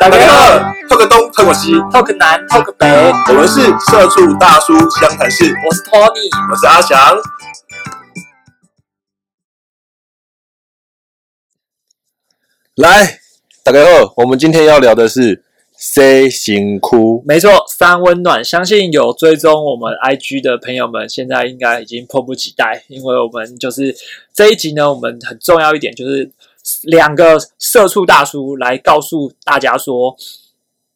大家好，talk 东 talk 西， ，talk 南 talk 北，我们是社畜大叔湘潭市，我是 Tony。我是阿翔。来，大家好，我们今天要聊的是 C 型哭，没错，三温暖，相信有追踪我们 IG 的朋友们，现在应该已经迫不及待，因为我们就是这一集呢，我们很重要一点就是两个社畜大叔来告诉大家说，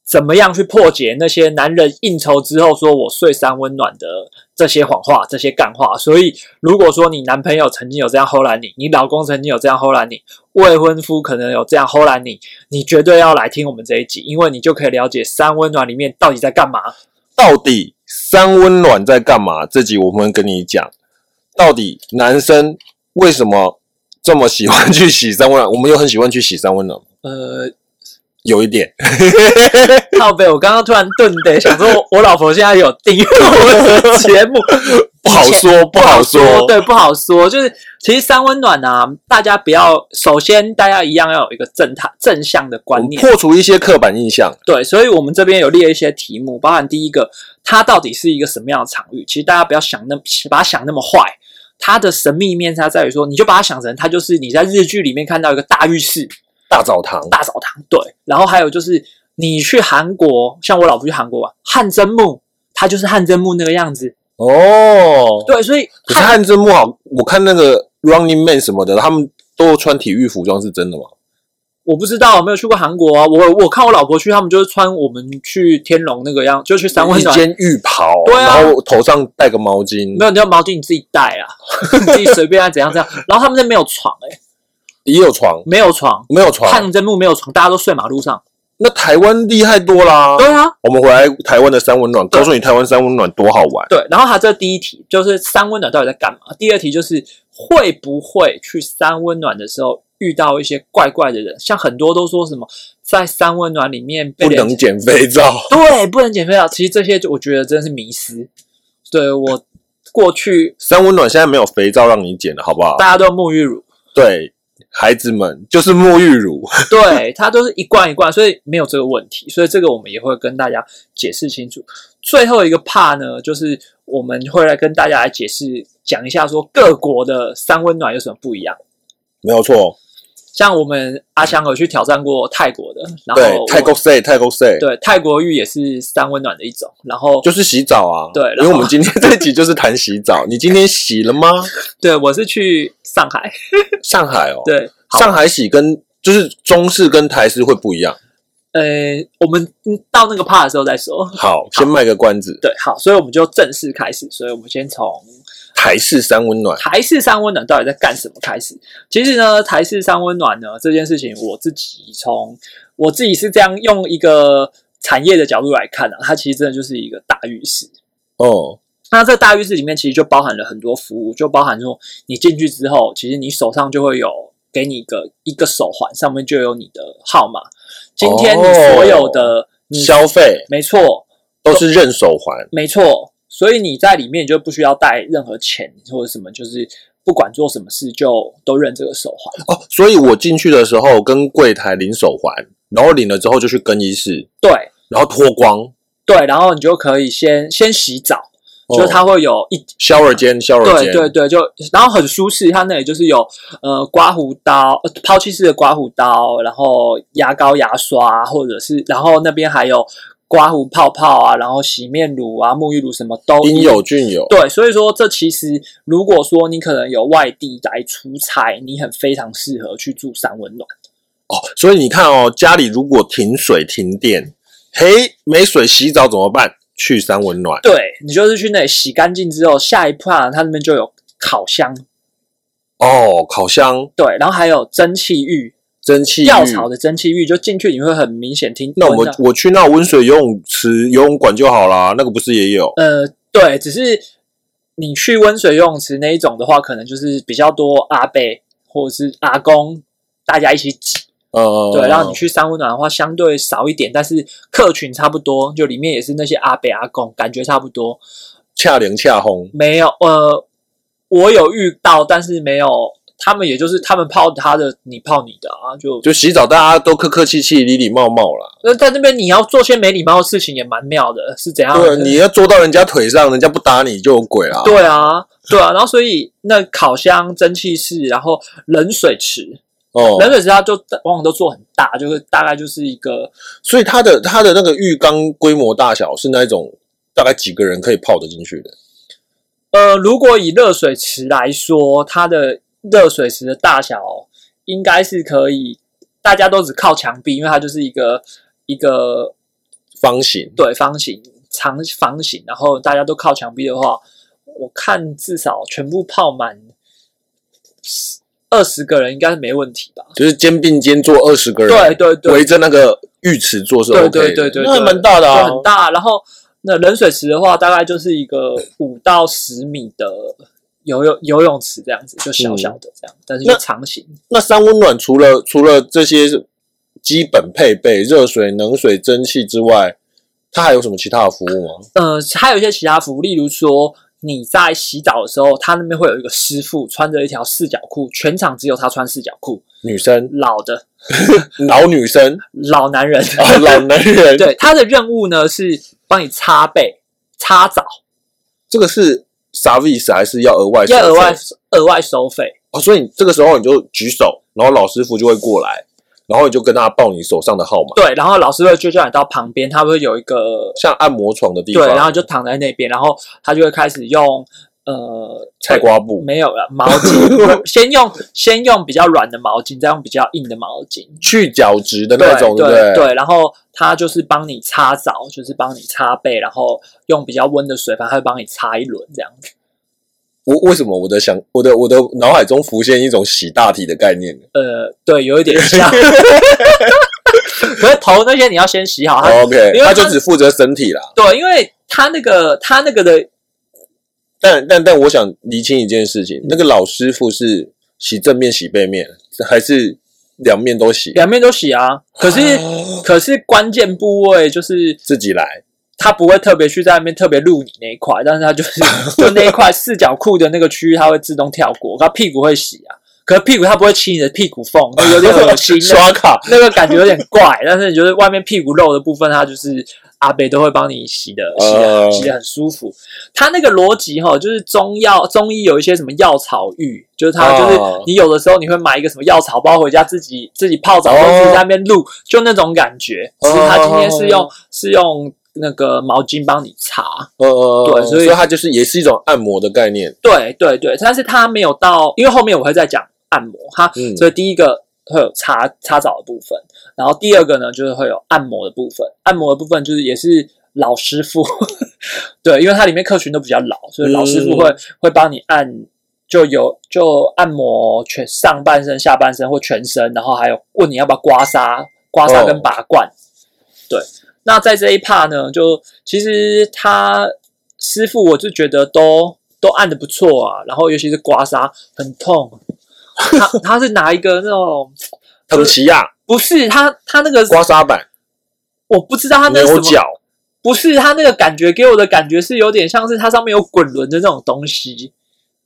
怎么样去破解那些男人应酬之后说我睡三温暖的这些谎话、这些干话。所以，如果说你男朋友曾经有这样齁懒你，你老公曾经有这样齁懒你，未婚夫可能有这样齁懒你，你绝对要来听我们这一集，因为你就可以了解三温暖里面到底在干嘛。到底三温暖在干嘛？这集我们跟你讲，到底男生为什么这么喜欢去洗三温暖？我们又很喜欢去洗三温暖，呃，有一点，靠背，我刚刚突然顿的想说，我老婆现在有订阅我们的节目，不好说，不 好说。对，不好说。就是其实三温暖啊，大家不要，首先大家一样要有一个正态正向的我观们念，破除一些刻板印象，对，所以我们这边有列一些题目，包含第一个，它到底是一个什么样的场域？其实大家不要想那把它想那么坏，它的神秘面它在于说，你就把它想成它就是你在日剧里面看到一个大浴室、大澡堂，大澡堂，对。然后还有就是你去韩国，像我老婆去韩国啊，汗蒸木，它就是汗蒸木那个样子，哦，对，所以可是汗蒸木好，我看那个 Running Man 什么的，他们都穿体育服装，是真的吗？我不知道，我没有去过韩国啊。我我看我老婆去，他们就是穿我们去天龙那个样，就去三温一暖，件浴袍，对啊然后头上戴个毛巾没，有，你要毛巾你自己带啊， 你自己随便啊，怎样怎样。然后他们那没有床、欸，也有床，没有床，没有床。汗蒸木没有床，大家都睡马路上。那台湾厉害多啦。对啊，我们回来台湾的三温暖，对告诉你台湾三温暖多好玩。对。然后他这第一题就是三温暖到底在干嘛？第二题就是会不会去三温暖的时候遇到一些怪怪的人？像很多都说什么在三温暖里面被不人能减肥皂， 对不能减肥啊，其实这些就我觉得真的是迷失。对我过去三温暖现在没有肥皂让你减了，好不好？大家都沐浴乳，对，孩子们就是沐浴乳， 对，它都是一罐一罐，所以没有这个问题。所以这个我们也会跟大家解释清楚。最后一个 part 呢，就是我们会来跟大家来解释讲一下，说各国的三温暖有什么不一样。没有错。像我们阿香有去挑战过泰国的，然嗯对后，泰国 say 泰国 say，哦对泰国浴也是三温暖的一种。然后就是洗澡啊。对然后因为我们今天这一集就是谈洗澡。你今天洗 了吗？对我是去上海，上海哦，，对，好上海洗跟就是中式跟台式会不一嗯样。呃，我们到那个 part 的时候再说。好，先卖个关子，对，好，所以我们就正式开始。所以我们先从台式三温暖，台式三温暖到底在干什么开始？其实呢，台式三温暖呢这件事情，我自己从我自己是这样用一个产业的角度来看啊，它其实真的就是一个大浴室。哦，那这大浴室里面其实就包含了很多服务，就包含说你进去之后，其实你手上就会有给你一个一个手环，上面就有你的号码。今天你所有的你，哦消费没错，都是认手环，没错，所以你在里面你就不需要带任何钱或者什么，就是不管做什么事就都认这个手环。哦，所以我进去的时候跟柜台领手环，然后领了之后就去更衣室，对然后脱光。对，然后你就可以先先洗澡，哦就是它会有一。 shower 间，shower 对间，对对，就然后很舒适，它那里就是有呃刮胡刀、呃抛弃式的刮胡刀，然后牙膏、牙刷，或者是然后那边还有刮胡泡泡啊，然后洗面乳啊、沐浴乳什么都应有尽有。对，所以说这其实如果说你可能有外地来出差，你很非常适合去住三温暖。哦，所以你看哦，家里如果停水停电，嘿，没水洗澡怎么办？去三温暖。对你就是去那里洗干净之后，下一 part 它那边就有烤箱，哦，烤箱、对，然后还有蒸汽浴，蒸汽浴药草的蒸汽浴，就进去你会很明显听。那我闻们到我去那温水游泳池游泳馆就好啦，那个不是也有？呃，对，只是你去温水游泳池那一种的话，可能就是比较多阿伯或者是阿公大家一起挤。呃，对，然后你去三温暖的话，相对少一点，但是客群差不多，就里面也是那些阿伯阿公，感觉差不多。恰零恰轰，没有，呃，我有遇到，但是没有他们，也就是他们泡他的，你泡你的啊，就就洗澡大家都客客气气、礼礼貌貌啦。那在那边你要做些没礼貌的事情也蛮妙的，是怎样的？对，啊你要坐到人家腿上，人家不打你就有鬼啦。对啊，对啊，然后所以那烤箱、蒸汽室，然后冷水池，哦，冷水池它就往往都做很大，就是大概就是一个所以它的它的那个浴缸规模大小是那一种大概几个人可以泡得进去的。呃，如果以热水池来说，它的热水池的大小应该是可以，大家都只靠墙壁，因为它就是一个一个方形对方形长方形，然后大家都靠墙壁的话，我看至少全部泡满二十个人应该是没问题吧？就是肩并肩坐二十个人，对对对，围着那个浴池做是 OK 的，对对对对对那还蛮大的就啊，很大。然后那冷水池的话，大概就是一个五到十米的游泳游泳池这样子，就小小的这样，但是就嗯那长形。那三温暖除了除了这些基本配备，热水、冷水、蒸汽之外，它还有什么其他的服务吗？呃，还有一些其他服务，例如说你在洗澡的时候，他那边会有一个师傅穿着一条四角裤，全场只有他穿四角裤，女生、老的老 女生、老男人。哦、老男嗯人，，对，他的任务呢是帮你擦背、擦澡，这个是 service 还是要额外收费？要额外额外收费。哦，所以你这个时候你就举手，然后老师傅就会过来，然后你就跟他报你手上的号码，对，然后老师会就叫你到旁边，他会有一个像按摩床的地方，对，然后就躺在那边，然后他就会开始用呃菜瓜布没有了毛 巾，先用先用比较软的毛巾，再用比较硬的毛巾，去角质的那种，对不对然后他就是帮你擦澡，就是帮你擦背，然后用比较温的水，反正他会帮你擦一轮这样子。我为什么我的想我的我的脑海中浮现一种洗大体的概念呢呃，对，有一点 像。可是头那些你要先洗好，它哦？OK，啊因为他就它只负责身体啦。对，因为它那个它那个的但但但我想厘清一件事情，嗯那个老师傅是洗正面洗背面，还是两面都洗？两面都洗啊，可是哦可是关键部位就是自己来，他不会特别去在那边特别录你那一块，但是他就是就那一块四角裤的那个区域，他会自动跳过，他屁股会洗啊，可是屁股他不会亲你的屁股缝，那哦有点恶心 刷卡，那个感觉有点怪。但是你就是外面屁股肉的部分，他就是阿北都会帮你洗的，洗的哦洗的很舒服。他那个逻辑哈，就是中药中医有一些什么药草浴，就是他就是哦你有的时候你会买一个什么药草包回家自己自己泡澡，哦或者自己在那边录，就那种感觉。只哦是他今天是用是用那个毛巾帮你擦，呃，对所以它就是也是一种按摩的概念。嗯对对对，但是他没有到，因为后面我会再讲按摩哈，嗯所以第一个会有擦擦澡的部分，然后第二个呢就是会有按摩的部分，按摩的部分就是也是老师傅， 对，因为它里面客群都比较老，所以老师傅会、会帮你按。就有就按摩全上半身、下半身或全身，然后还有问你要不要刮痧、刮痧跟哦拔罐。对，那在这一 part 呢，就其实他师傅，我就觉得都都按的不错啊，然后尤其是刮痧很痛，他 他是拿一个那种藤奇亚不是他他那个刮痧板、我不知道他那个什牛么角，不是他那个感觉给我的感觉是有点像是它上面有滚轮的那种东西，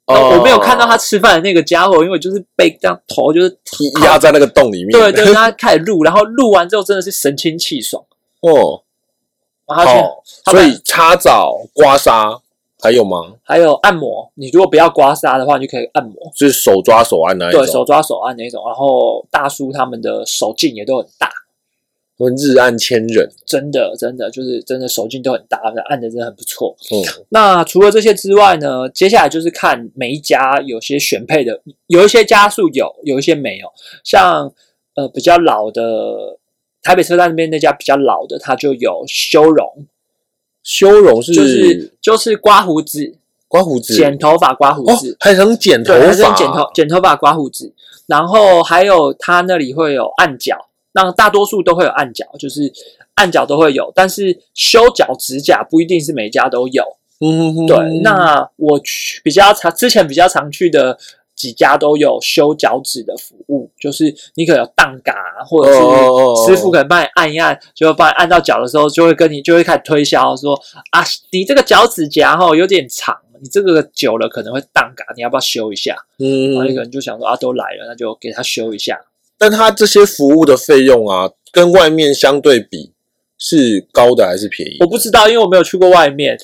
哦我没有看到他吃饭的那个家伙，因为我就是被这样头就是压在那个洞里面。对对，他开始录，然后录完之后真的是神清气爽， 哦，然后他就好，所以擦澡、刮痧还有吗？还有按摩，你如果不要刮痧的话，你就可以按摩。就是手抓手按那一种，对手抓手按那种，然后大叔他们的手劲也都很大，日按千仞。真的真的就是真的手劲都很大，按的真的很不错。 嗯，那除了这些之外呢，接下来就是看每一家有些选配的，有一些加速有，有一些没有。像呃比较老的台北车站那边那家比较老的，它就有修容，修容是就是就是刮胡子、刮胡子，剪头发、刮胡哦子。，还能剪头对，还发，是剪头剪头发、刮胡子，然后还有他那里会有按脚，那大多数都会有按脚，就是按脚都会有，但是修脚指甲不一定是每家都有。嗯哼哼，对，那我去比较常之前比较常去的几家都有修脚趾的服务，就是你可能有荡嘎啊，或者哦哦哦哦是师傅可能帮你按一按，就会帮你按到脚的时候，就会跟你就会开始推销说啊，你这个脚趾甲哈有点长，你这个久了可能会荡嘎，你要不要修一下？然后你可嗯，能就想说啊，都来了，那就给他修一下。但它这些服务的费用啊，跟外面相对比是高的还是便宜我？不知道，因为我没有去过外面，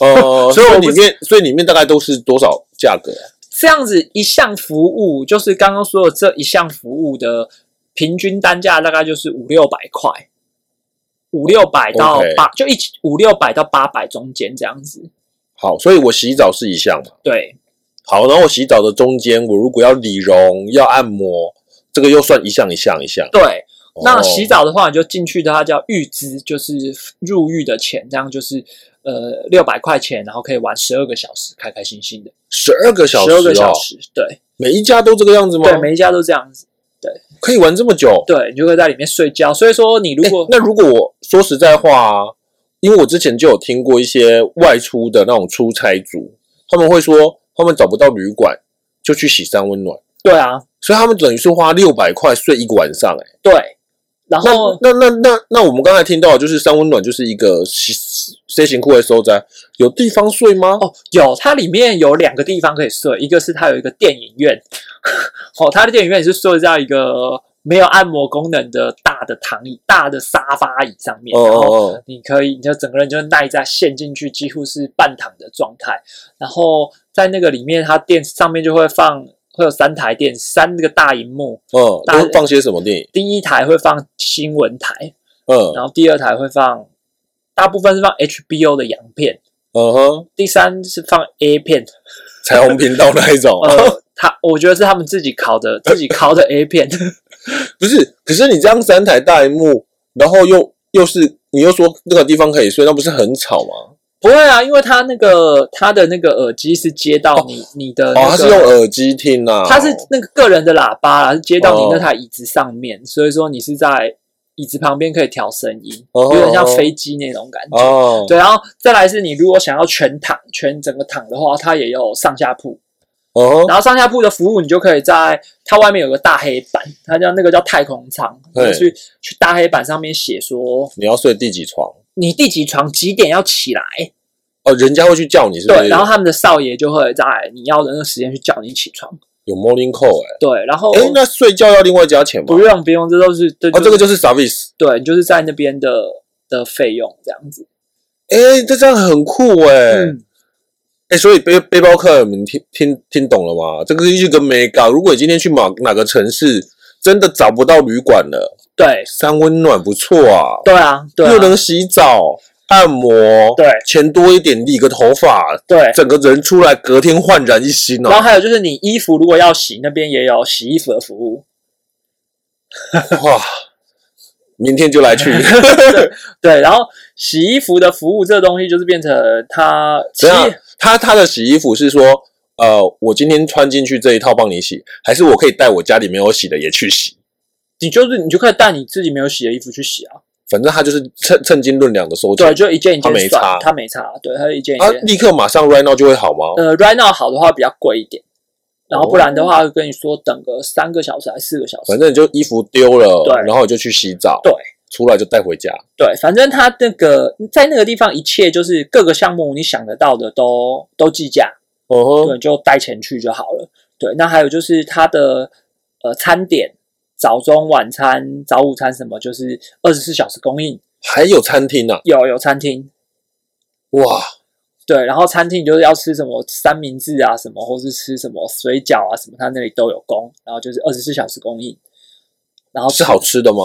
哦，所所以我以不里面所以里面大概都是多少价格啊？这样子一项服务，就是刚刚说的这一项服务的平均单价大概就是五六百块，五六百到 OK 八就一起五六百到八百中间这样子。好，所以我洗澡是一项嘛。对，好，然后我洗澡的中间，我如果要理容、要按摩，这个又算一项一项一项。对，哦那洗澡澡的话，你就进去的它叫浴资，就是入浴的钱，这样就是呃六百块钱，然后可以玩十二个小时，开开心心的，十二个小十时、哦，二个小时，对每一家都这个样子吗？对，每一家都这样子，可以玩这么久。对你就会在里面睡觉。所以说，你如诶果那如果我说实在话、啊，因为我之前就有听过一些外出的那种出差族，他们会说他们找不到旅馆，就去洗三温暖，对啊，所以他们等于是花六百块睡一个晚上、欸，对，然后那那那那那我们刚才听到的就是三温暖就是一个 C 型库的收窄，有地方睡吗？哦，有，它里面有两个地方可以睡，一个是它有一个电影院， 哦，它的电影院是睡在一个没有按摩功能的大的躺椅、大的沙发椅上面，哦然后哦哦，你可以，你就整个人就耐在陷进去，几乎是半躺的状态。然后在那个里面，它电上面就会放，会有三台电，三个大荧幕，嗯，大都会放些什么电影？第一台会放新闻台，嗯然后第二台会放，大部分是放 HBO 的洋片，嗯哼，第三是放 A 片。彩虹频道那一种，呃，他我觉得是他们自己烤的，自己烤的 A 片。 不是？可是你这样三台大荧幕，然后又又是你又说那个地方可以睡，那不是很吵吗？不会啊，因为他那个他的那个耳机是接到你、你的、呃那哦，个，他是用耳机听呐、啊，它是那个个人的喇叭啦，是接到哦你那台椅子上面，所以说你是在椅子旁边可以调声音，哦有点像飞机那种感觉。哦，对，然后再来是你如果想要全躺、全整个躺的话，它也有上下铺。哦然后上下铺的服务，你就可以在它外面有个大黑板，它叫那个叫太空舱，你就对去去大黑板上面写说你要睡第几床？你第几床几点要起来，哦，人家会去叫你是不是？对，然后他们的少爷就会在哎你要的那个时间去叫你起床，有 morning call 哎、对，然后欸，哎、那睡觉要另外加钱吗？哦不用不用，这都是这就哦，这是个就是 service。对，就是在那边的的费用这样子。哎、这这样很酷哎、欸。嗯，哎、所以背背包客，你们听听听懂了吗？这个是一个美感。如果你今天去某哪个城市，真的找不到旅馆了，对，三温暖不错啊，对啊，对又啊，能洗澡、按摩，对钱多一点，理个头发，对。整个人出来隔天焕然一新然后哦。还有就是，你衣服如果要洗，那边也有洗衣服的服务。哇，明天就 来去，对，然后洗衣服的服务这个东西，就是变成它其怎样实？他他的洗衣服是说，呃，我今天穿进去这一套帮你洗，还是我可以带我家里没有洗的也去洗？你就是你就可以带你自己没有洗的衣服去洗啊。反正他就是称称斤论两的收钱对，。就一件一它件没算差，它没差，对，它一件一啊，件。立刻马上 right now 就会好吗？呃，right now 好的话比较贵一点，然后不哦然的话跟你说等个三个小时还是四个小时反，正你就衣服丢了，对然后你就去洗澡，对，出来就带回家。对，反正他那个在那个地方，一切就是各个项目你想得到的都都计价，哦对，哼，你就带钱去就好了。对，那还有就是他的呃餐点，早中晚餐、早午餐什么，就是二十四小时供应，还有餐厅啊，有有餐厅。哇，对，然后餐厅你就是要吃什么三明治啊，什么或是吃什么水饺啊，什么，他那里都有供，然后就是二十四小时供应。然后是好吃的吗？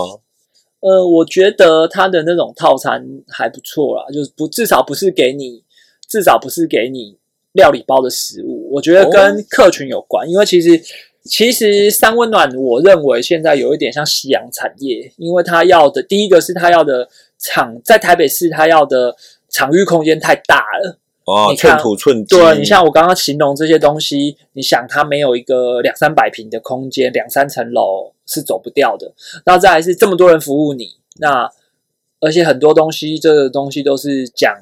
呃，我觉得它的那种套餐还不错啦，就是不至少不是给你，至少不是给你料理包的食物。我觉得跟客群有关，因为其实其实三温暖，我认为现在有一点像夕阳产业，因为它要的第一个是它要的场在台北市，它要的场域空间太大了。啊，你看寸土寸金。对你像我刚刚形容这些东西，你想它没有一个两三百平的空间，两三层楼是走不掉的。那再来是这么多人服务你，那而且很多东西，这个东西都是讲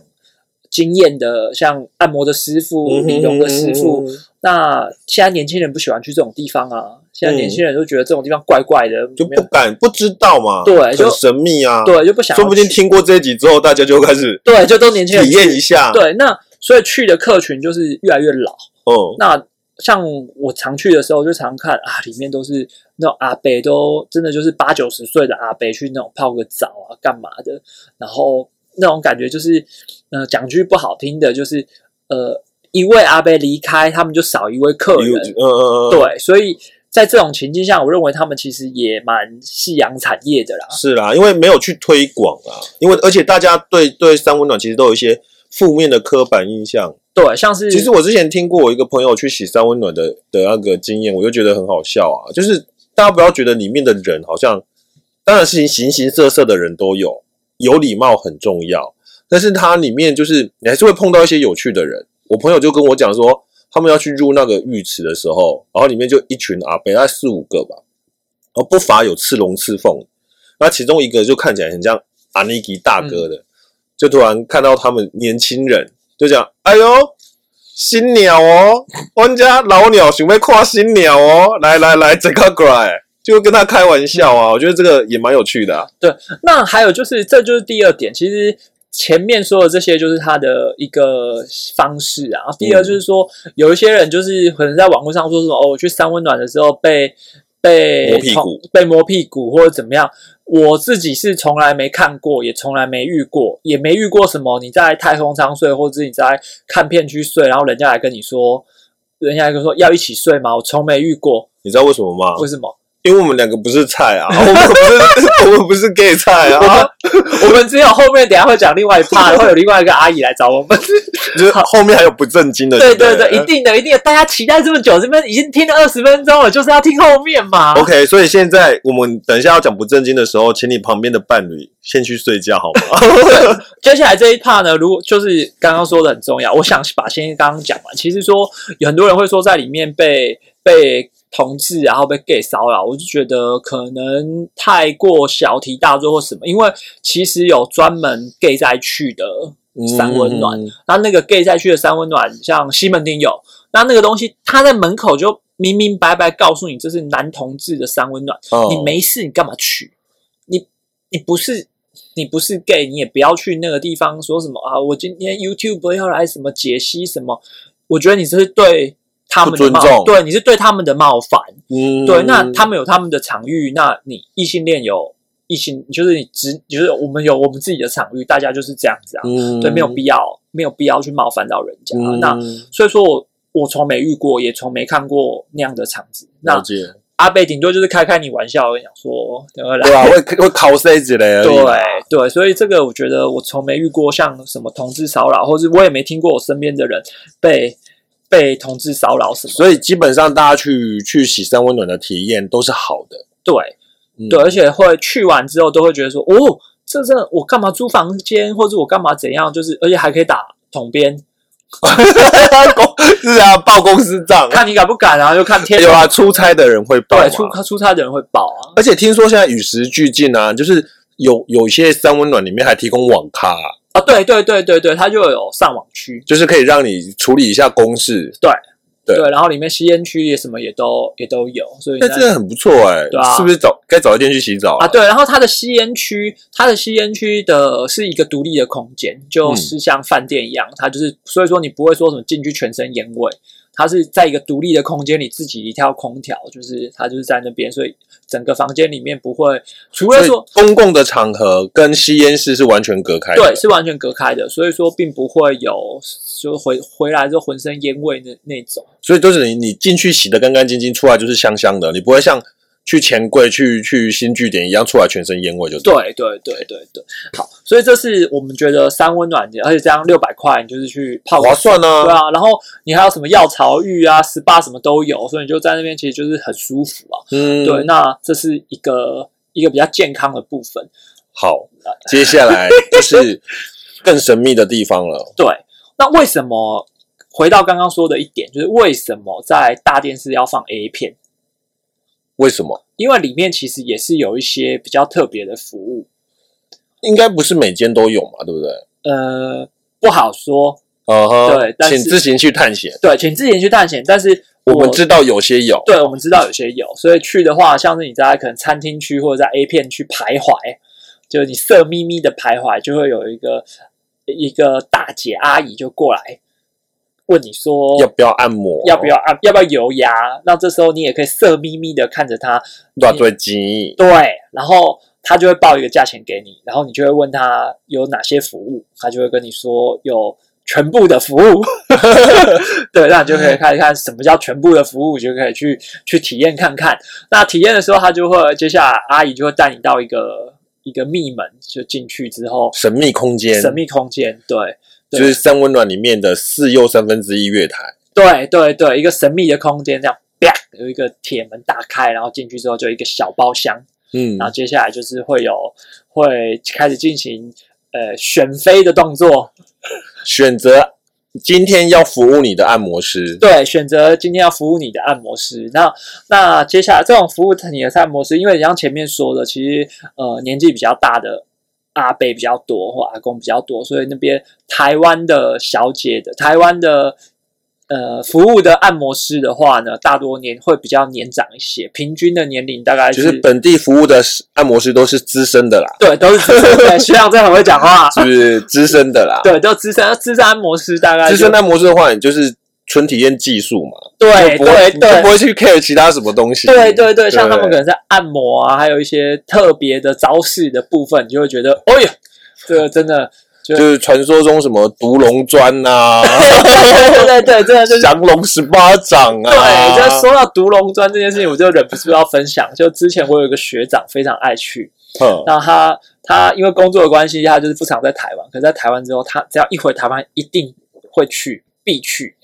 经验的，像按摩的师傅、嗯哼嗯理容的师傅，，那现在年轻人不喜欢去这种地方啊，现在嗯年轻人都觉得这种地方怪怪的，就没有不敢不知道嘛，对就很神秘啊，，对就不想要去，说不定听过这一集之后，大家就开始对就都年轻人体验一下，，对，那所以去的客群就是越来越老。嗯，那像我常去的时候，就常看啊，里面都是那种阿伯，都真的就是八九十岁的阿伯去那种泡个澡啊，干嘛的，然后那种感觉就是，呃，讲句不好听的，就是呃，一位阿伯离开，他们就少一位客有人，嗯嗯嗯，，对，所以在这种情境下，我认为他们其实也蛮夕阳产业的啦，是啦，因为没有去推广啊，因为而且大家对对三温暖其实都有一些负面的刻板印象。对，像是其实我之前听过我一个朋友去洗三温暖的的那个经验，我就觉得很好笑啊，就是大家不要觉得里面的人好像，当然是形形色色的人都有，有礼貌很重要，但是它里面就是你还是会碰到一些有趣的人。我朋友就跟我讲说，他们要去入那个浴池的时候，然后里面就一群阿伯，大概四五个吧，然后不乏有刺龙刺凤，那其中一个就看起来很像阿尼基大哥的，就突然看到他们年轻人，就讲：“哎呦，新鸟哦，我们家老鸟想要看新鸟哦，来来来，整个过来。”就跟他开玩笑嗯啊，我觉得这个也蛮有趣的、啊。那还有就是，这就是第二点。其实前面说的这些就是他的一个方式啊。然后第二就是说，有一些人就是可能在网络上说什么哦，我去三温暖的时候被被摸屁股同被摸屁股或者怎么样。我自己是从来没看过，也从来没遇过，也没遇过什么你在太空舱睡，或者你在看片区睡，然后人家来跟你说，人家来跟你说要一起睡吗？我从没遇过，你知道为什么吗？为什么？因为我们两个不是菜 啊，我们不是 我们不是 gay 菜我们啊， 我们只有后面等一下会讲另外一 part，会有另外一个阿姨来找我们。就是后面还有不正经的。对对不对，呃一定的，一定的。大家期待这么久，这边已经听了二十分钟了，就是要听后面嘛。 OK，所以现在我们等一下要讲不正经的时候，请你旁边的伴侣先去睡觉好吗？接下来这一 part 呢，如果就是刚刚说的很重要，我想把先刚刚讲完。其实说有很多人会说在里面被被同志然后被 gay 骚扰，我就觉得可能太过小题大做或什么，因为其实有专门 gay 在去的 三温暖，嗯那那个 gay 在去的三温暖，像西门町有，那那个东西，他在门口就明明白白告诉你这是男同志的三温暖，哦你没事你干嘛去？你你不是你不是 gay，你也不要去那个地方说什么啊，我今天 YouTube 要来什么解析什么，我觉得你这是对他们的不尊冒，重对你是对他们的冒犯。嗯对，那他们有他们的场域，那你异性恋有异性，就是你只就是我们有我们自己的场域，大家就是这样子啊。嗯对，没有必要，没有必要去冒犯到人家。嗯那所以说我我从没遇过，也从没看过那样的场子。了那解，阿贝顶多就是开开你玩笑，想说等会来。 对啊，会会考 C 之类而已对对，所以这个我觉得我从没遇过像什么同志骚扰，或是我也没听过我身边的人被被同志骚扰什么。所以基本上大家去去洗三温暖的体验都是好的，对嗯对，而且会去完之后都会觉得说，哦，这这我干嘛租房间，或者我干嘛怎样，就是而且还可以打统编，公是啊，报公司账看你敢不敢啊，就看天 有啊，出差的人会报嘛对，出出差的人会爆啊。而且听说现在与时俱进啊，就是有有些三温暖里面还提供网咖啊、啊，对对对对对，它就有上网区，就是可以让你处理一下公事，对对然后里面吸烟区也什么也都也都有，所以那那真的很不错哎、对啊是不是早该早一天去洗澡啊对，然后它的吸烟区，它的吸烟区的是一个独立的空间，嗯就是像饭店一样，它就是所以说你不会说什么进去全身烟味，它是在一个独立的空间里自己一条空调，就是它就是在那边，所以整个房间里面不会，除了所以说公共的场合跟吸烟室是完全隔开的，对，是完全隔开的，所以说并不会有就回回来之后浑身烟味那那种。所以就是你你进去洗的干干净净，出来就是香香的，你不会像去钱柜、去去新据点一样出来全身烟味就对。对对对对对，好，所以这是我们觉得三温暖的，而且这样六百块你就是去泡个划算啊！对啊，然后你还有什么药草浴啊、SPA 什么都有，所以你就在那边其实就是很舒服啊。嗯，对，，那这是一个一个比较健康的部分。好，接下来就是更神秘的地方了。对，那为什么回到刚刚说的一点，就是为什么在大电视要放 A 片？为什么？因为里面其实也是有一些比较特别的服务，应该不是每间都有嘛，对不对？呃，不好说，嗯哼，对但是请自行去探险。对，请自己去探险，但是我们知道有些有，对，我们知道有些有，所以去的话，像是你在可能餐厅区或者在 A 片区徘徊，就是你色眯眯的徘徊，就会有一个一个大姐阿姨就过来问你说要不要按摩？要不要啊，要不要油压？那这时候你也可以色眯眯的看着她，大堆鸡？对，然后她就会报一个价钱给你，然后你就会问她有哪些服务，她就会跟你说有。全部的服务， 对，那你就可以看一看什么叫全部的服务，你就可以去去体验看看。那体验的时候，她就会接下来阿姨就会带你到一个一个密门，就进去之后神秘空间，神秘空间，对，对就是三温暖里面的四又三分之一月台。对对对，一个神秘的空间，这样啪有一个铁门打开，然后进去之后就有一个小包厢，嗯然后接下来就是会有会开始进行呃选妃的动作，选择今天要服务你的按摩师。对，选择今天要服务你的按摩师。那那接下来这种服务你的按摩师，因为像前面说的，其实呃年纪比较大的。阿伯比较多或阿公比较多，所以那边台湾的小姐的台湾的呃服务的按摩师的话呢，大多年会比较年长一些，平均的年龄大概就是本地服务的按摩师都是资深 的啦，对，都是资深。对，学长真的很会讲话。就是资深的啦。，对，都资深，资深按摩师大概就资深按摩师的话，你就是纯体验技术嘛，对不会对你就不对会去 care 其他什么东西。对对对，像他们对可能在按摩啊，还有一些特别的招式的部分，你就会觉得，哦呀，这个真 的，就是传说中什么独龙砖呐、对对对，真的 就是。降龙十八掌啊，对，就说到独龙砖这件事情，我就忍不住要分享。就之前我有一个学长非常爱去，哼那他他因为工作的关系，他就是不常在台湾。可是在台湾之后，他只要一回台湾，一定会去，必去。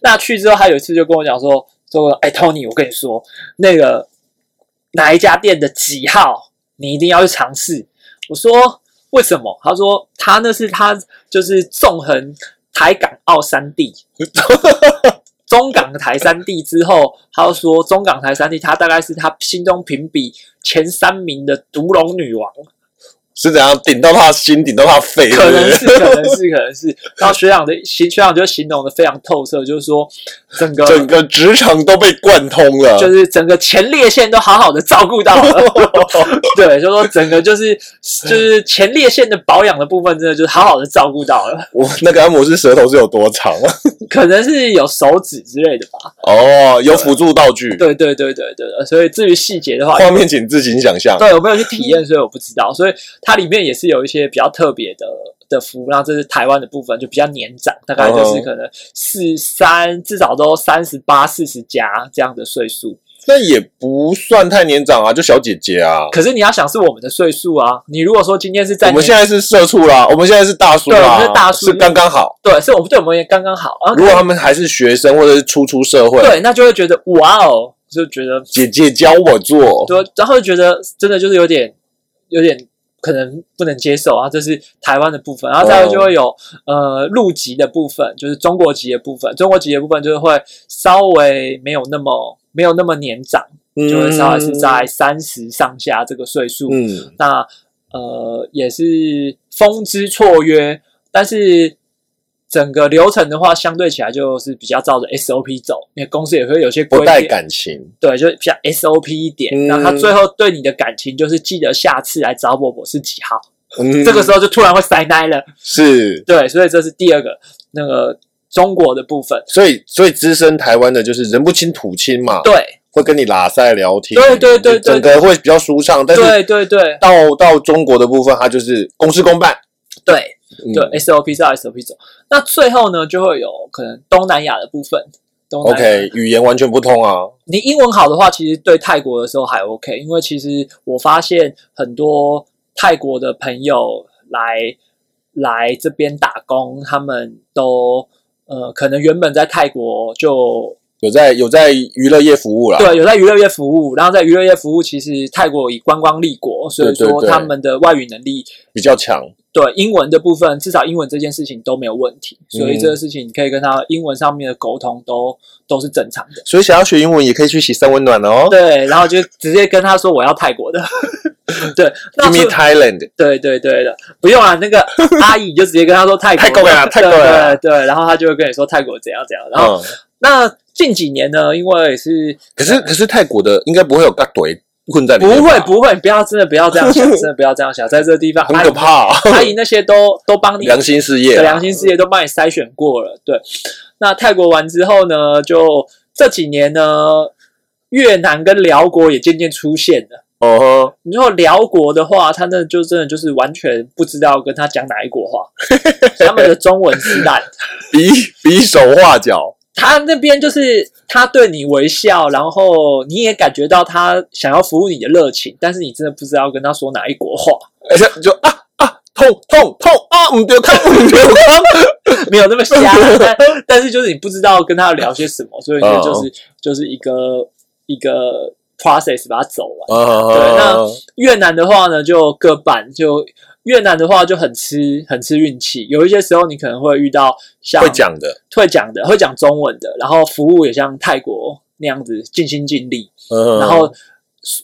那去之后，他有一次就跟我讲说：“说哎，Tony，我跟你说，那个哪一家店的几号，你一定要去尝试。”我说：“为什么？”他说：“他那是他就是纵横台港澳三地。”中港台三地之后，他又说中港台三地，他大概是他心中评比前三名的独龙女王，是怎样顶到他的心，顶到他的肺，可能是是，可能是，可能是。然后学长的形学长就形容的非常透彻，就是说整个不是整个职场都被贯通了，就是整个前列腺都好好的照顾到了，对，就说整个就是就是前列腺的保养的部分，真的就是好好的照顾到了， 我那个按摩师舌头是有多长？啊可能是有手指之类的吧。哦，有辅助道具，对对对对对，所以至于细节的话，画面请自行想象。对，我没有去体验，所以我不知道。所以它里面也是有一些比较特别的的服务，那这是台湾的部分，就比较年长，大概就是嗯可能四三至少都三十八、四十加这样的岁数。那也不算太年长啊，就小姐姐啊。可是你要想是我们的岁数啊，你如果说今天是在我们年现在是社畜啦，我们现在是大叔对我啦，们是大叔是刚刚好。对，是我们对我们也刚刚好啊。如果他们还是学生或者是初出社会，对，那就会觉得哇哦，就觉得姐姐教我做，对，然后就觉得真的就是有点有点可能不能接受啊，这是台湾的部分，然后再有就会有、呃陆籍的部分，就是中国籍的部分，中国籍的部分就是会稍微没有那么没有那么年长，嗯就会稍微是在三十上下这个岁数，嗯，那呃也是风姿绰约，但是。整个流程的话，相对起来就是比较照着 SOP 走，因为公司也会有些规不带定，感情，对，就比较 SOP 一点。嗯然后他最后对你的感情就是记得下次来找我，我是几号。嗯，这个时候就突然会塞奶了，是，对，所以这是第二个那个中国的部分。所以所以资深台湾的就是人不亲土亲嘛，对，会跟你拉塞聊天，对对对对整个会比较舒畅，但是对对对到到中国的部分，它就是公事公办，对嗯对、SOP 照 SOP 走。那最后呢，就会有可能东南亚的部分。东南亚，OK，语言完全不通啊，你英文好的话，其实对泰国的时候还 OK，因为其实我发现很多泰国的朋友来来这边打工，他们都呃，可能原本在泰国就有在有在娱乐业服务啦，对有在娱乐业服务，然后在娱乐业服务，其实泰国以观光立国，所以对对说对他们的外语能力比较强，对英文的部分，至少英文这件事情都没有问题，所以嗯这个事情你可以跟他英文上面的沟通都都是正常的。所以想要学英文也可以去洗三温暖哦。对，然后就直接跟他说我要泰国的。 对，那 Give me 除 Thailand，对对对的，不用啊，那 个阿姨就直接跟他说泰国泰 国啊对泰国啊对对，然后他就会跟你说泰国怎样怎样。然后、嗯，那近几年呢，因为是可是可是泰国的应该不会有大腿混在里不面吧，会不会，你不要真的不要这样 想，真的不要这样想，在这个地方很可怕啊，阿姨阿姨那些都都帮你良心事业对啊，良心事业都帮你筛选过了。对，那泰国完之后呢，就这几年呢，越南跟辽国也渐渐出现了。哦呵，你说辽国的话，他那就真的就是完全不知道跟他讲哪一国话，他们的中文是烂。比比手画脚，他那边就是他对你微笑，然后你也感觉到他想要服务你的热情，但是你真的不知道跟他说哪一国话，而且就啊啊痛痛痛啊，唔对看唔对看，没有那么瞎，但但是就是你不知道跟他聊些什么，所以你就是、就是一个一个 process 把它走完。对那啊，越南的话呢，就各半就。越南的话就很吃很吃运气，有一些时候你可能会遇到像会讲的，会讲的，会讲中文的，然后服务也像泰国那样子尽心尽力。嗯然后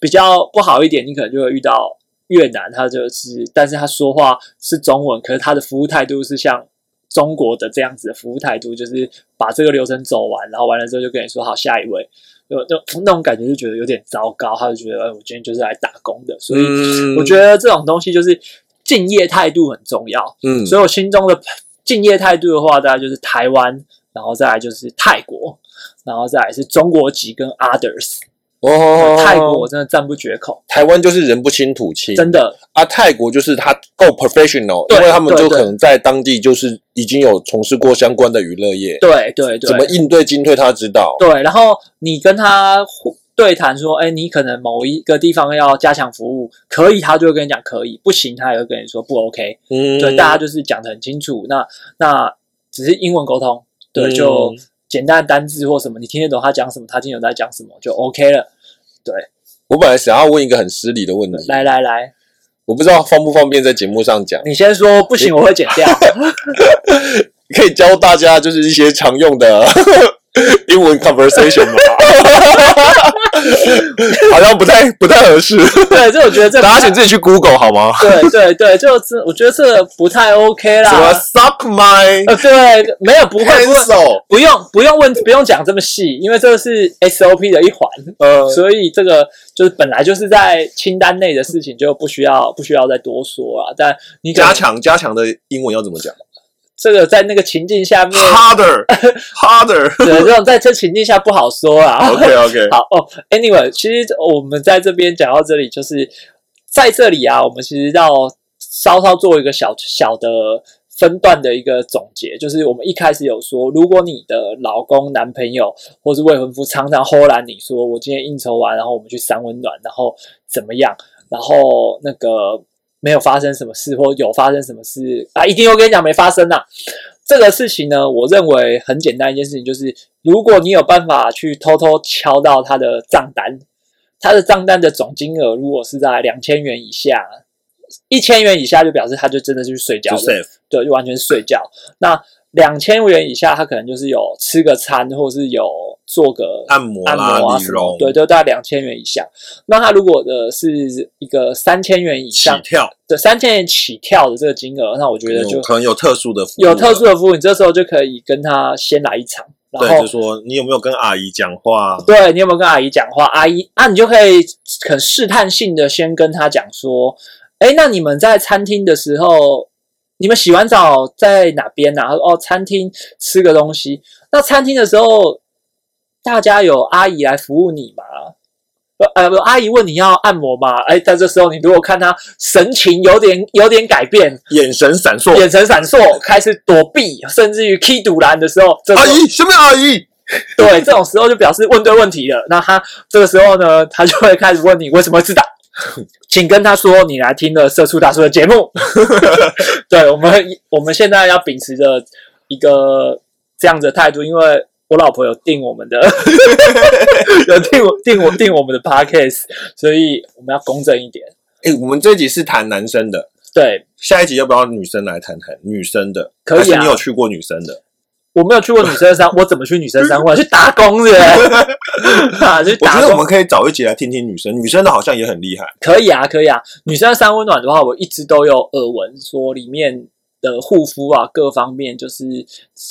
比较不好一点，你可能就会遇到越南，他就是，但是他说话是中文，可是他的服务态度是像中国的这样子的服务态度，就是把这个流程走完，然后完了之后就跟你说好下一位，就就那种感觉就觉得有点糟糕，他就觉得、哎、我今天就是来打工的，所以嗯我觉得这种东西就是敬业态度很重要。嗯所以我心中的敬业态度的话，大概就是台湾，然后再来就是泰国，然后再来是中国籍跟 others。哦泰国我真的赞不绝口，台湾就是人不亲土亲，真的啊，泰国就是他够 professional，对因为他们对就对可能在当地就是已经有从事过相关的娱乐业，对对对，怎么应对进退他知道。对，然后你跟他互对谈说，哎，你可能某一个地方要加强服务，可以，他就会跟你讲可以，不行，他也会跟你说不 OK。嗯，对，大家就是讲的很清楚。那那只是英文沟通，对，嗯就简单的单字或什么，你听得懂他讲什么，他听得懂在讲什么，就 OK 了。我本来想要问一个很失礼的问题，来来来，我不知道方不方便在节目上讲，你先说不行，我会剪 掉。可以教大家就是一些常用的 英文 conversation 吗？ 好像不太不太合适，对，这我觉得这不大太家请自己去 Google 好吗？对对对，就是我觉得这不太 OK 什啦。么 suck my 呃，对，没有不会不会， pencil？不用不用问，不用讲这么细，因为这是 SOP 的一环，呃，所以这个就是本来就是在清单内的事情，就不需要不需要再多说啊。但你可能加强加强的英文要怎么讲这个在那个情境下 面， ？harder harder。对，这种在这情境下不 好说啊。 OK OK，好哦，Anyway，其实我们在这边讲到这里，就是在这里啊，我们其实要稍稍做一个小小的分段的一个总结，就是我们一开始有说，如果你的老公、男朋友或是未婚夫常常呼拦你说，我今天应酬完，然后我们去三温暖，然后怎么样，然后那个没有发生什么事，或有发生什么事啊，一定又跟你讲没发生啦、这个事情呢，我认为很简单一件事情，就是如果你有办法去偷偷敲到他的账单，他的账单的总金额如果是在两千元以下，一千元以下就表示他就真的去睡觉就了， safe。对，就完全睡觉。那两千元以下，他可能就是有吃个餐，或是有做个按摩按啦、摩啊理什么容，，对，就大概两千元以下。那他如果的是一个三千元以起上，跳，对，三千元起跳的这个金额，那我觉得有就可能有特殊的服务，啊有特殊的服务，你这时候就可以跟他先来一场，然对，后就说你有没有跟阿姨讲话？对你有没有跟阿姨讲话？阿姨啊，你就可以很试探性的先跟她讲说，哎，那你们在餐厅的时候，你们洗完澡在哪边啊？她说哦，餐厅吃个东西。那餐厅的时候，大家有阿姨来服务你吗？呃呃，不阿姨问你要按摩吗？哎，在这时候，你如果看她神情有点有点改变，眼神闪烁，眼神闪烁，开始躲避，甚至于踢堵篮的时候，这时阿候姨，什么阿姨？ 对，这种时候就表示问对问题了。那他这个时候呢，他就会开始问你为什么会知道，请跟他说你来听了社畜大叔的节目。对，我们我们现在要秉持着一个这样子的态度，因为我老婆有订我们的，有订我订我订我们的 podcast，所以我们要公正一点。哎，我们这一集是谈男生的，对，下一集要不要女生来谈谈女生的？可以啊还是你有去过女生的？我没有去过女生山，我怎么去女生山？我去打工的，啊，去我觉打得我工们可以找一集来听听女生，女生的好像也很厉害。可以啊，可以啊。女生三温暖的话，我一直都有耳闻说里面的护肤啊各方面就是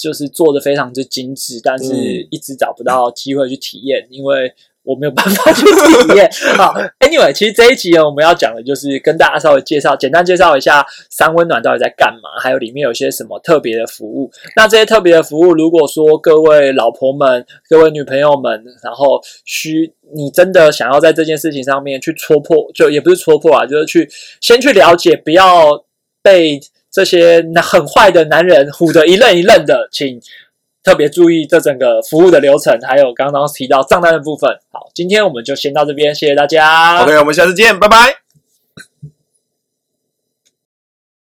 就是做的非常之精致，但是嗯一直找不到机会去体验，因为。我没有办法去体验。好，Anyway，其实这一集呢，我们要讲的就是跟大家稍微介绍，简单介绍一下三温暖到底在干嘛，还有里面有些什么特别的服务。那这些特别的服务，如果说各位老婆们、各位女朋友们，然后需你真的想要在这件事情上面去戳破，就也不是戳破啊，就是去先去了解，不要被这些那很坏的男人唬得一愣一愣的，请特别注意这整个服务的流程，还有刚刚提到账单的部分。好，今天我们就先到这边，谢谢大家。 OK，我们下次见，拜拜。